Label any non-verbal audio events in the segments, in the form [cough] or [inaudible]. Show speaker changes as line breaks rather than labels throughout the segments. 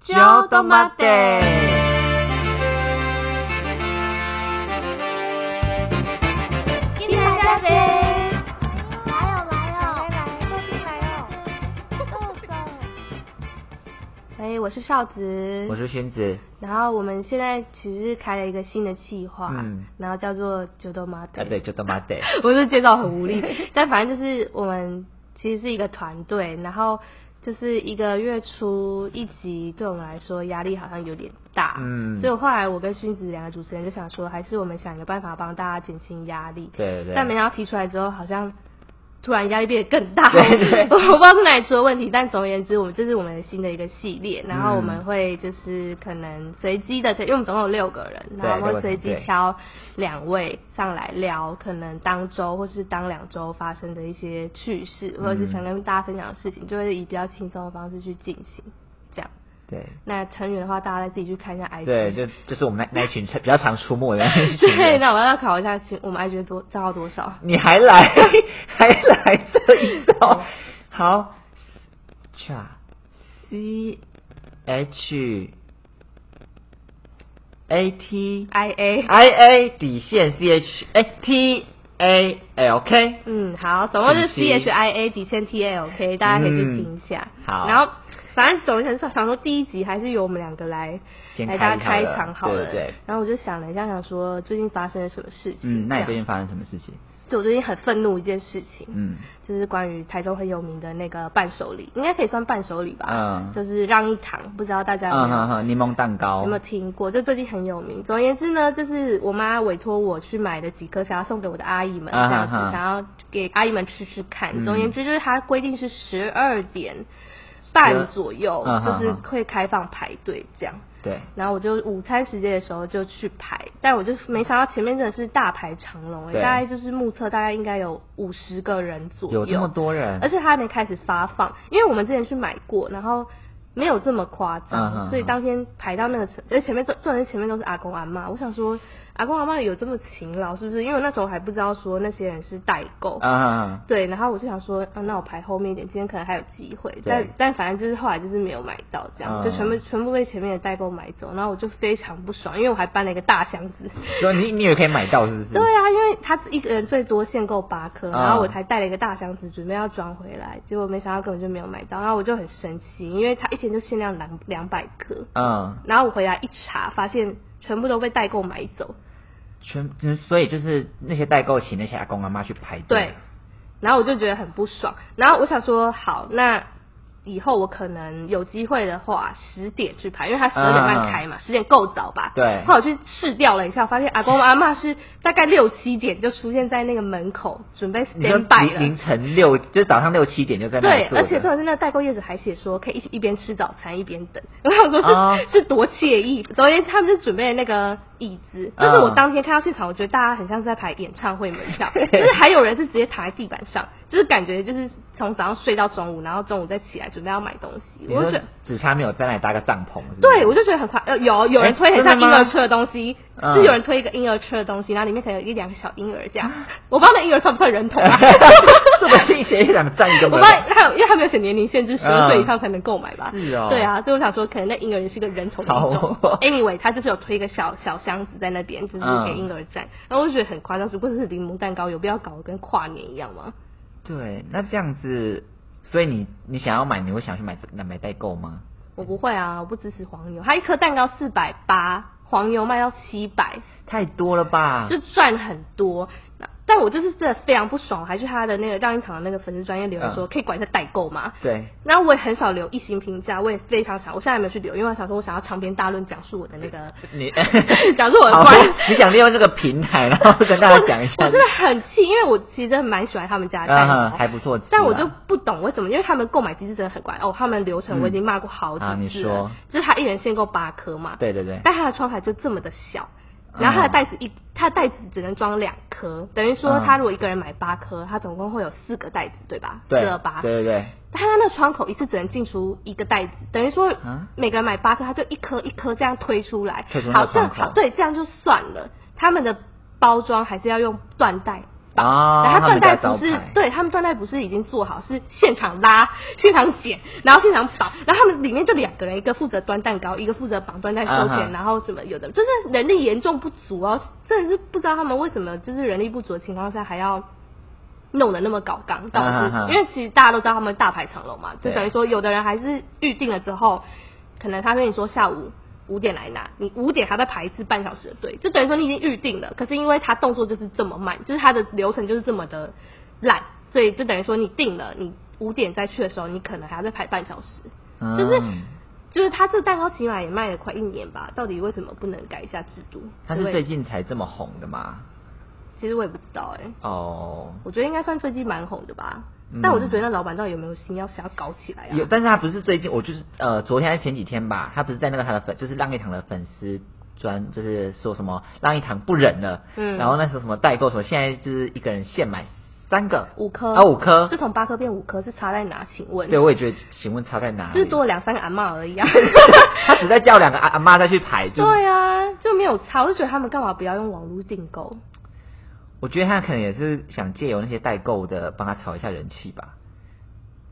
就都马得。
跟大家
贼，来
哦来
来
哦，
来，都是来哦，豆生，
哎，我是少子，
我是宣子，
然后我们现在其实是开了一个新的计划，
嗯
然后叫做九斗马
啊
德。
对，就他妈的，
[laughs] 我是介绍很无力，但反正就是我们其实是一个团队，然后就是一个月出一集，对我们来说压力好像有点大，
嗯
所以我后来我跟薰子两个主持人就想说，还是我们想一个办法帮大家减轻压力，
对对，
但没想到提出来之后，好像突然压力变得更大。 [laughs]
对对
我不知道是哪里出了问题，但总而言之，我们这是我们的新的一个系列，然后我
嗯
们会就是可能随机的，因为我们总共有六个人，然后我们会随机
六个人对
挑两位上来聊，可能当周或是当两周发生的一些趣事，或者是想跟大家分享的事情，就会以比较轻松的方式去进行。这样，
对
那成员的话，大家再自己去看一下 IG。
对，就就是我们那那一群比较常出没的那一群
[laughs]
人。
对， [laughs] 那我要考一下，我们 IG 多账号多少？
[laughs]
[laughs]
你还来，还来这一
哦
招？好，C C H A T
I A
I A 底线 C H A T A L K。
嗯，好，总共就是
信
C H
息
I A 底线 T A L K，大家可以去听一下。
嗯好
然后反正总之想说第一集还是由我们两个来
先
来大
开
家开
一场
场
了
好了。
对对
然后我就想了一下，想说最近发生了什么事情。
嗯，那你最
这样
近发生什么事情？
就我最近很愤怒一件事情，
嗯，
就是关于台中很有名的那个伴手礼，应该可以算伴手礼吧？
嗯
就是让一堂，不知道大家有没有
嗯哼哼，柠檬蛋糕
有没有。听过？就最近很有名。总而言之呢，就是我妈委托我去买的几颗，想要送给我的阿姨们，
啊
这样子，
哈哈
想要给阿姨们吃吃看。
嗯
总而言之，就是它规定是十二点半左右，
啊哈哈
就是会开放排队这样。
对，
然后我就午餐时间的时候就去排，但我就没想到前面真的是大排长龙、欸，
对
大概就是目测大概应该有五十个人左右，
有这么多人，
而且它还没开始发放，因为我们之前去买过，然后没有这么夸张，
嗯嗯嗯
所以当天排到那个程，而且前面重重点是前面都是阿公阿妈，我想说阿公阿妈有这么勤劳是不是？因为我那时候还不知道说那些人是代购。
嗯，嗯
对，然后我就想说，啊，那我排后面一点，今天可能还有机会。
对
但但反正就是后来就是没有买到，这样、
嗯
就全部全部被前面的代购买走，然后我就非常不爽，因为我还搬了一个大箱子，
所以你你也可以买到，是不是？
对啊，因为他一个人最多限购八颗，
嗯
然后我才带了一个大箱子，准备要装回来，结果没想到根本就没有买到，然后我就很生气，因为他一天就限量两两百颗，
嗯，
然后我回来一查，发现全部都被代购买走，
全嗯所以就是那些代购请那些阿公阿啊妈去排
对
队，，
然后我就觉得很不爽，然后我想说，好，那以后我可能有机会的话，十点去排，因为他十二点半开嘛，十、点够早吧？
嗯对
后来我去试调了一下，我发现阿公阿妈是大概六七点就出现在那个门口，准备
你就
stand by
凌凌
了。
晨六，就是早上六七点就在那
对
里，坐着
而且重点是那个代购业者还写说可以一一边吃早餐一边等， [laughs] 然后我说是、
哦
是多惬意。昨天他们就准备了那个椅子，就是
嗯
我当天看到现场，我觉得大家很像是在排演唱会门票，
[laughs]
就是还有人是直接躺在地板上，就是感觉就是从早上睡到中午，然后中午再起来准备要买东西，
你
我就
说
觉得。
只差没有在那里搭个帐篷，是不是
对，我就觉得很快，呃，有有人
哎
推很像
真的
婴
吗
儿车的东西，
嗯，
就是有人推一个婴儿车的东西，然后里面可能有一两个小婴儿这样，我不知道那婴儿算不算人头啊
[laughs] [laughs]
[laughs]
这么近斜一两站一个
我
门
不知，道他有，因为他没有写年龄限制，十二
嗯
岁以上才能购买吧？
是哦
对啊，所以我想说，可能那婴儿也是个人头的一种
好哦。嗯
anyway，他就是有推一个小小箱子在那边，就是给婴儿站。然后我就觉得很夸张，只不过是柠檬蛋糕，有必要搞得跟跨年一样吗？
对，那这样子，所以你你想要买，你会想去买这买代购吗？
我不会啊，我不支持黄牛。他一颗蛋糕四百八，黄牛卖到七百，
太多了吧？
就赚很多。那但我就是真的非常不爽，我还去他的那个让一场的那个粉丝专业留言说，
嗯
可以管一下代购吗？
对，
那我也很少留一星评价，我也非常少，我现在还没有去留，因为我想说，我想要长篇大论讲述我的那
[laughs]
个， [laughs]
你
讲述我的
好
观，
[laughs] 你想利用这个平台，然后跟大家讲一下，
[laughs] 我真的很气，因为我其实真的蛮喜欢他们家的蛋糕，
嗯还不错吃啊
哦
嗯
但我就不懂为什么，因为他们购买机制真的很怪哦，他们流程我已经骂过好
啊
几
你
次了，
说
就是他一人限购八颗嘛，
对啊对对，
但它的窗台就这么的小，然后它的袋子一，它的袋子只能装两颗，等于说
嗯
他如果一个人买八颗，他总共会有四个袋子，对吧？
对
四二八，
对对对，
但他那个窗口一次只能进出一个袋子，等于说
啊
每个人买八颗，他就一颗一颗这样推出来
推出。那
好，
个
这样
窗口
好，对，这样就算了。他们的包装还是要用缎带绑，
哦
然后
他
缎
们家
带
招
不是
牌
对他们缎带不是已经做好，是现场拉、现场剪，然后现场绑，然后他们里面就两个人，一个负责端蛋糕，一个负责绑缎带收
啊啊哈
钱，然后什么有的就是人力严重不足哦，真的是不知道他们为什么就是人力不足的情况下还要。弄得那么搞纲，到底
啊
是、
哈哈
因为其实大家都知道他们大排长龙嘛，就
对
等于说有的人还是预定了之后，可能他跟你说下午五点来拿，你五点还在排一次半小时的队，就等于说你已经预定了，可是因为他动作就是这么慢，就是他的流程就是这么的烂，所以就等于说你定了，你五点再去的时候，你可能还要再排半小时。
嗯
就是就是他这蛋糕起码也卖了快一年吧，到底为什么不能改一下制度？
他
因
是
为
最近才这么红的吗？
其实我也不知道哎、
哦，
我觉得应该算最近蛮红的吧。
嗯
但我就觉得那老板到底有没有心要想要搞起来啊？
有，但是他不是最近，我就是呃，昨天还是前几天吧，他不是在那个他的粉，就是浪一堂的粉丝专，就是说什么浪一堂不忍了，
嗯
然后那时候什么代购什么，现在就是一个人限买三个，
五颗
啊，五颗
是，从八颗变五颗，是差在哪？请问？
对，我也觉得，请问差在哪里？
就是多了两三个阿嬷而已啊。
[laughs]
[laughs]
他只在叫两个阿阿妈再去排，就
对啊，就没有差，我就觉得他们干嘛不要用网络订购？
我觉得他可能也是想借由那些代购的帮他炒一下人气吧。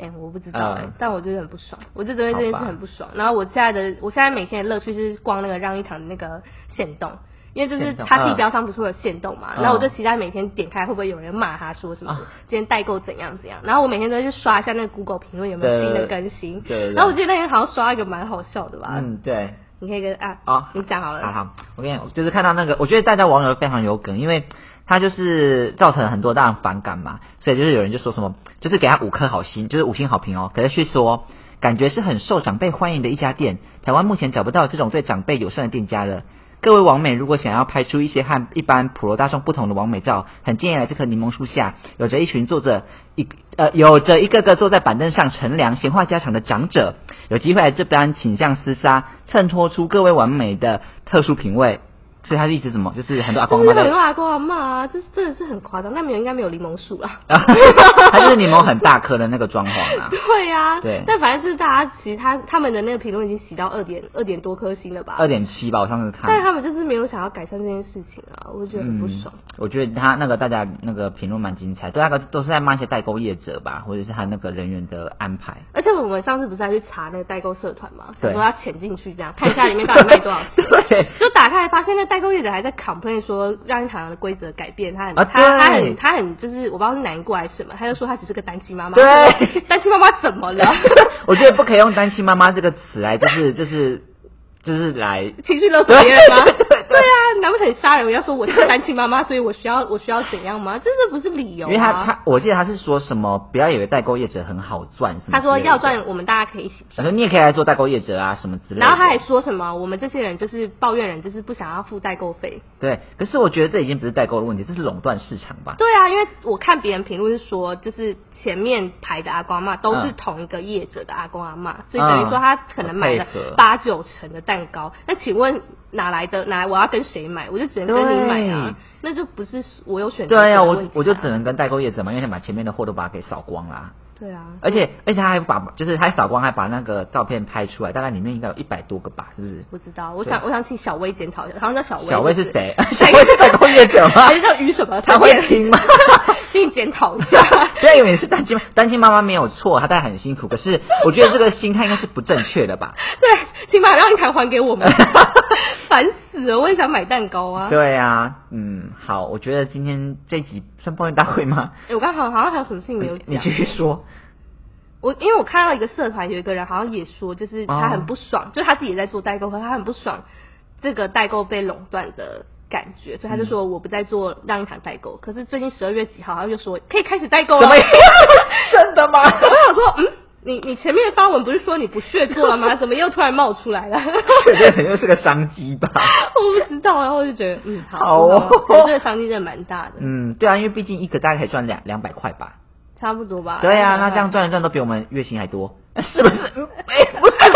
哎、我不知道哎、
嗯
但我觉得很不爽，我就对这件事
好吧
很不爽。然后我现在的，我现在每天的乐趣是逛那个让一堂的那个线动，因为就是
限动
他地
嗯
标上不是会有线动嘛，
嗯
然后我就期待每天点开会不会有人骂他说什么、
啊
今天代购怎样怎样，然后我每天都会去刷一下那个 Google 评论有没有新的更新，
对对对
然后我记得那天好像刷一个蛮好笑的吧，
嗯，对。
你可以跟啊，
啊
你讲好了，
啊好，我跟你讲，就是看到那个，我觉得大家网友非常有梗，因为他就是造成很多大人反感嘛，所以就是有人就说什么，就是给他五颗好心，就是五星好评哦，可是却说感觉是很受长辈欢迎的一家店，台湾目前找不到这种对长辈友善的店家了。各位网美，如果想要拍出一些和一般普罗大众不同的网美照，很建议来这棵柠檬树下，有着一群坐着一呃有着一个个坐在板凳上乘凉、闲话家常的长者，有机会来这边倾向厮杀，衬托出各位完美的特殊品味。所以他是一直怎么，就是很多阿公
就
阿
是很
妈
多
[laughs] 的，。
阿公阿嬷啊，这真的是很夸张。那没有应该没有柠檬啊树啦
他就是柠檬很大颗的那个装潢啊，
[laughs] 对呀、
对
但反正就是大家其实他他们的那个评论已经洗到二点二点多颗星了吧？
二点七吧，我上次看。
但他们就是没有想要改善这件事情啊，我就觉得很不爽。
嗯。我觉得他那个大家那个评论蛮精彩，都那个都是在骂一些代购业者吧，或者是他那个人员的安排。
而且我们上次不是还去查那个代购社团嘛，想
对
说要潜进去这样看一下里面到底卖多少钱。
[laughs] 对
就打开来发现那代购业者还在 complain 说让一堂的规则改变，他很、
啊
他他
对
很他很就是我不知道是难过还是什么，他就说他只是个单亲妈妈。
对，
单亲妈妈怎
[laughs]
么了？
我觉得不可以用“单亲妈妈”这个词
[laughs]
来，就是就是就是来，
情绪勒索别人吗？
对对对对
啊，难不成杀人？我要说我是个单亲妈妈，所以我需要我需要怎样吗？这这不是理由、
因
啊。
为他他我记得他是说什么，不要以为代购业者很好赚，什么
他说
之类的
要，赚，我们大家可以一起
他说你也可以来做代购业者啊，什么之类的。
然后他还说什么？我们这些人就是抱怨人，就是不想要付代购费。
对，可是我觉得这已经不是代购的问题，这是垄断市场吧？
对啊，因为我看别人评论是说，就是前面排的阿公阿妈都是
嗯
同一个业者的阿公阿妈，所以等于说他可能买了
啊配合
八九成的蛋糕。那请问哪来的？哪来我要跟谁买？我就只能跟你买啊
对，
那就不是我有选择
对
权
啊，
的
我
问题
我就只能跟代购业者嘛，因为他把前面的货都把它给扫光啦、
对啊，
而且而且他还把就是他扫光，还把那个照片拍出来，大概里面应该有一百多个吧，是不是？
不知道，我想我想请小薇检讨一下，好像叫小薇。
小薇是
不 [laughs]
谁小薇是代购业者吗
谁叫于什么？
他会听吗
请你检讨一下。
[laughs] 虽然以为你是单亲单亲妈妈没有错，她当然很辛苦，可是我觉得这个心态应该是不正确的吧？
对，请把让你台还给
[laughs]
我们，烦死了！我也想买蛋糕啊。
对 [laughs] 啊，嗯，好，我觉得今天这集算抱怨大会吗？
诶哎我刚好好像还有什么事情没有
你你
讲
继。续说，
我因为我看到一个社团有一个人好像也说，就是他
哦
很不爽，就他自己也在做代购，可他很不爽这个代购被垄断的感觉，所以他
嗯
就说我不再做让一堂代购。可是最近十二月几号，他就说可以开始代购了。
怎么样？哦 [laughs] 真的 [laughs] 吗？
[laughs] 我想说，嗯，你你前面发文不是说你不屑做了吗？怎么又突然冒出来了？ [laughs]
我觉得可能是个商机吧。
我不知道，然后我就觉得，嗯，好，
好哦
可能这个商机真的蛮大的，
嗯，对啊，因为毕竟一个大概可以赚两两百块吧。
差不多吧。
对啊，那这样赚一赚都比我们月薪 [laughs] 嗯 [laughs] 还多，是不是？哎、不是，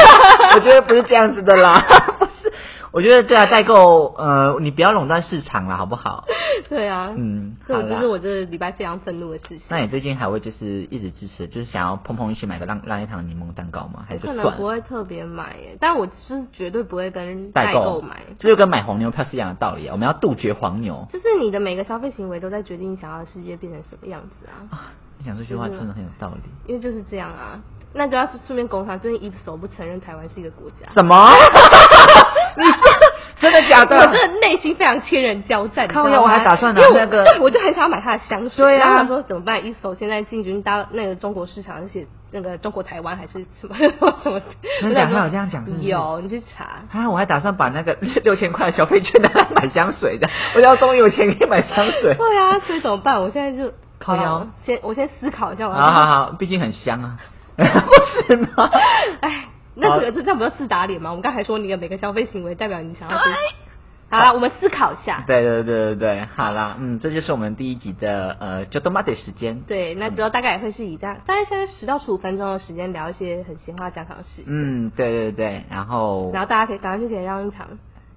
我觉得不是这样子的啦，不是。我觉得对啊，代购呃，你不要垄断市场啦，好不好？
对啊，
嗯
这
好
这
啦
是我这礼拜非常愤怒的事情。
那你最近还会就是一直支持，就是想要碰碰一起买个浪浪一堂柠檬蛋糕吗？还是就
可
算
能不
了？
会特别买耶，但我是绝对不会跟
代
购
购
买。
这就跟买黄牛票是一样的道理啊！我们要杜绝黄牛。
就是你的每个消费行为都在决定你想要的世界变成什么样子啊，
啊你讲这句话真的很有道理。
因为就是这样啊。那就要顺便攻他，最近 IPSO 不承认台湾是一个国家，
什么？
[laughs]
你是 [laughs] 真的假的？
我真的内心非常天人交战。
靠
你知道
腰我
吗
还打算拿
因为我
那个
对，我就很想要买他的香水。
对啊
然后想说怎么办？IPSO 现在进军大那个中国市场，而且那个中国台湾还是什么 [laughs] 什么？
真的假的他有这样讲是不是
有，你去查。
啊！我还打算把那个 [laughs] 六千块的消费券拿来买香水的，我要终于有钱可以买香
[laughs]
水。
对啊，所以怎么办？我现在就
靠腰
好了先我先思考一下。我要
好好好，毕竟很
[laughs]
香啊，不是吗？
哎，那
好
这个这那不是自打脸吗？我们刚才说你的每个消费行为代表你想要
哎
去。好啦，我们思考一下。
对对对对对，好啦，嗯，这就是我们第一集的呃 j o d o m a d 时间。
对，那之后大概也会是以这样，大概现在十到十五分钟的时间聊一些很闲话家常的事，
嗯，对对对，然后
然后大家可以赶快去给让一场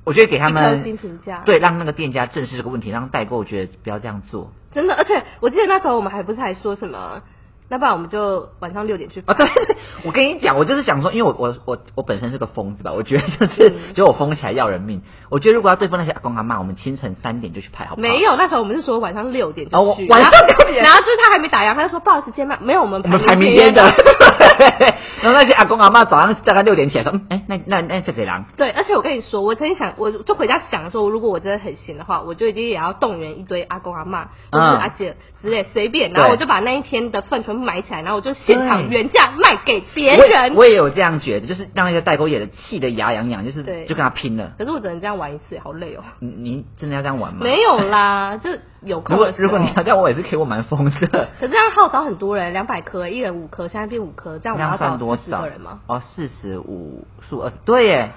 我觉得给他
一颗星
们
评价
对，让那个店家正视这个问题，让代购觉得不要这样做。
真的，而且我记得那时候我们还不是还说什么，那不然我们就晚上六点去发。
啊，对，对我跟你讲，我就是想说，因为我我我我本身是个疯子吧，我觉得就是，
嗯
觉得我疯起来要人命。我觉得如果要对付那些阿公阿妈，我们清晨三点就去拍，好不好？
没，有，那时候我们是说晚上六点
哦我
就去，
晚上
然后
6点
然后就是他还没打烊，他就说不好意思，今天没没有，我们
我们排明天的。 [laughs] 然后那些阿公阿妈早上大概六点起来说，嗯，哎，那那那这个人，
对，而且我跟你说，我曾经想，我就回家想说，如果我真的很闲的话，我就一定也要动员一堆阿公阿妈或
嗯
者是阿姐之类，随便，然后
对
我就把那一天的份全部买起来，然后我就现场
对
原价卖给别
我
人
也。我也有这样觉得，就是让那些代购业的气得牙痒痒，就是
对
就跟他拼了。
可是我只能这样玩一次，好累哦。
你你真的要这样玩吗？
没有啦，就有
如
空
果
的时
嗯如果
候
你要这样，我也是可以，我蛮疯
[laughs]
的。
可是这样号召很多人，两百颗，一人五颗，现在变五颗，这样我们要
样算
找
多
十
少
个人吗？？
哦，四十五数二十，对耶。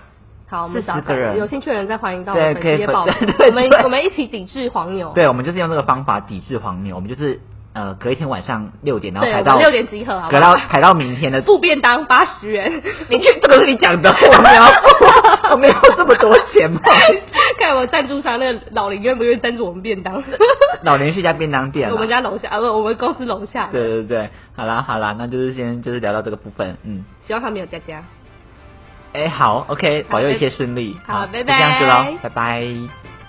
好，我们找
40个人
有兴趣的人再欢迎到我们
对
粉
可以
丝页报名
粉对，对
我们
对
我们一起抵制黄牛。
对，我们就是用这个方法抵制黄牛，我们就是呃隔一天晚上六点，然后
对，
排
我
到
们六点集合，好不
排
好
到？排到明天的。
付便当八十元，
[laughs] 你去，这个是你讲的，我没有，我没有这么多钱嘛。
[laughs] 看我赞助商那个老林愿不愿意赞助我们便当？
老年是一家便当店
[laughs]
啦
我们家楼下，啊不，我们公司楼下。
对，对对，好啦好啦，那就是先就是聊到这个部分，嗯，
希望他没有加加。
哎好，OK，
好
保佑
拜
一切顺利，
好拜
就这样子
拜
喽，拜拜。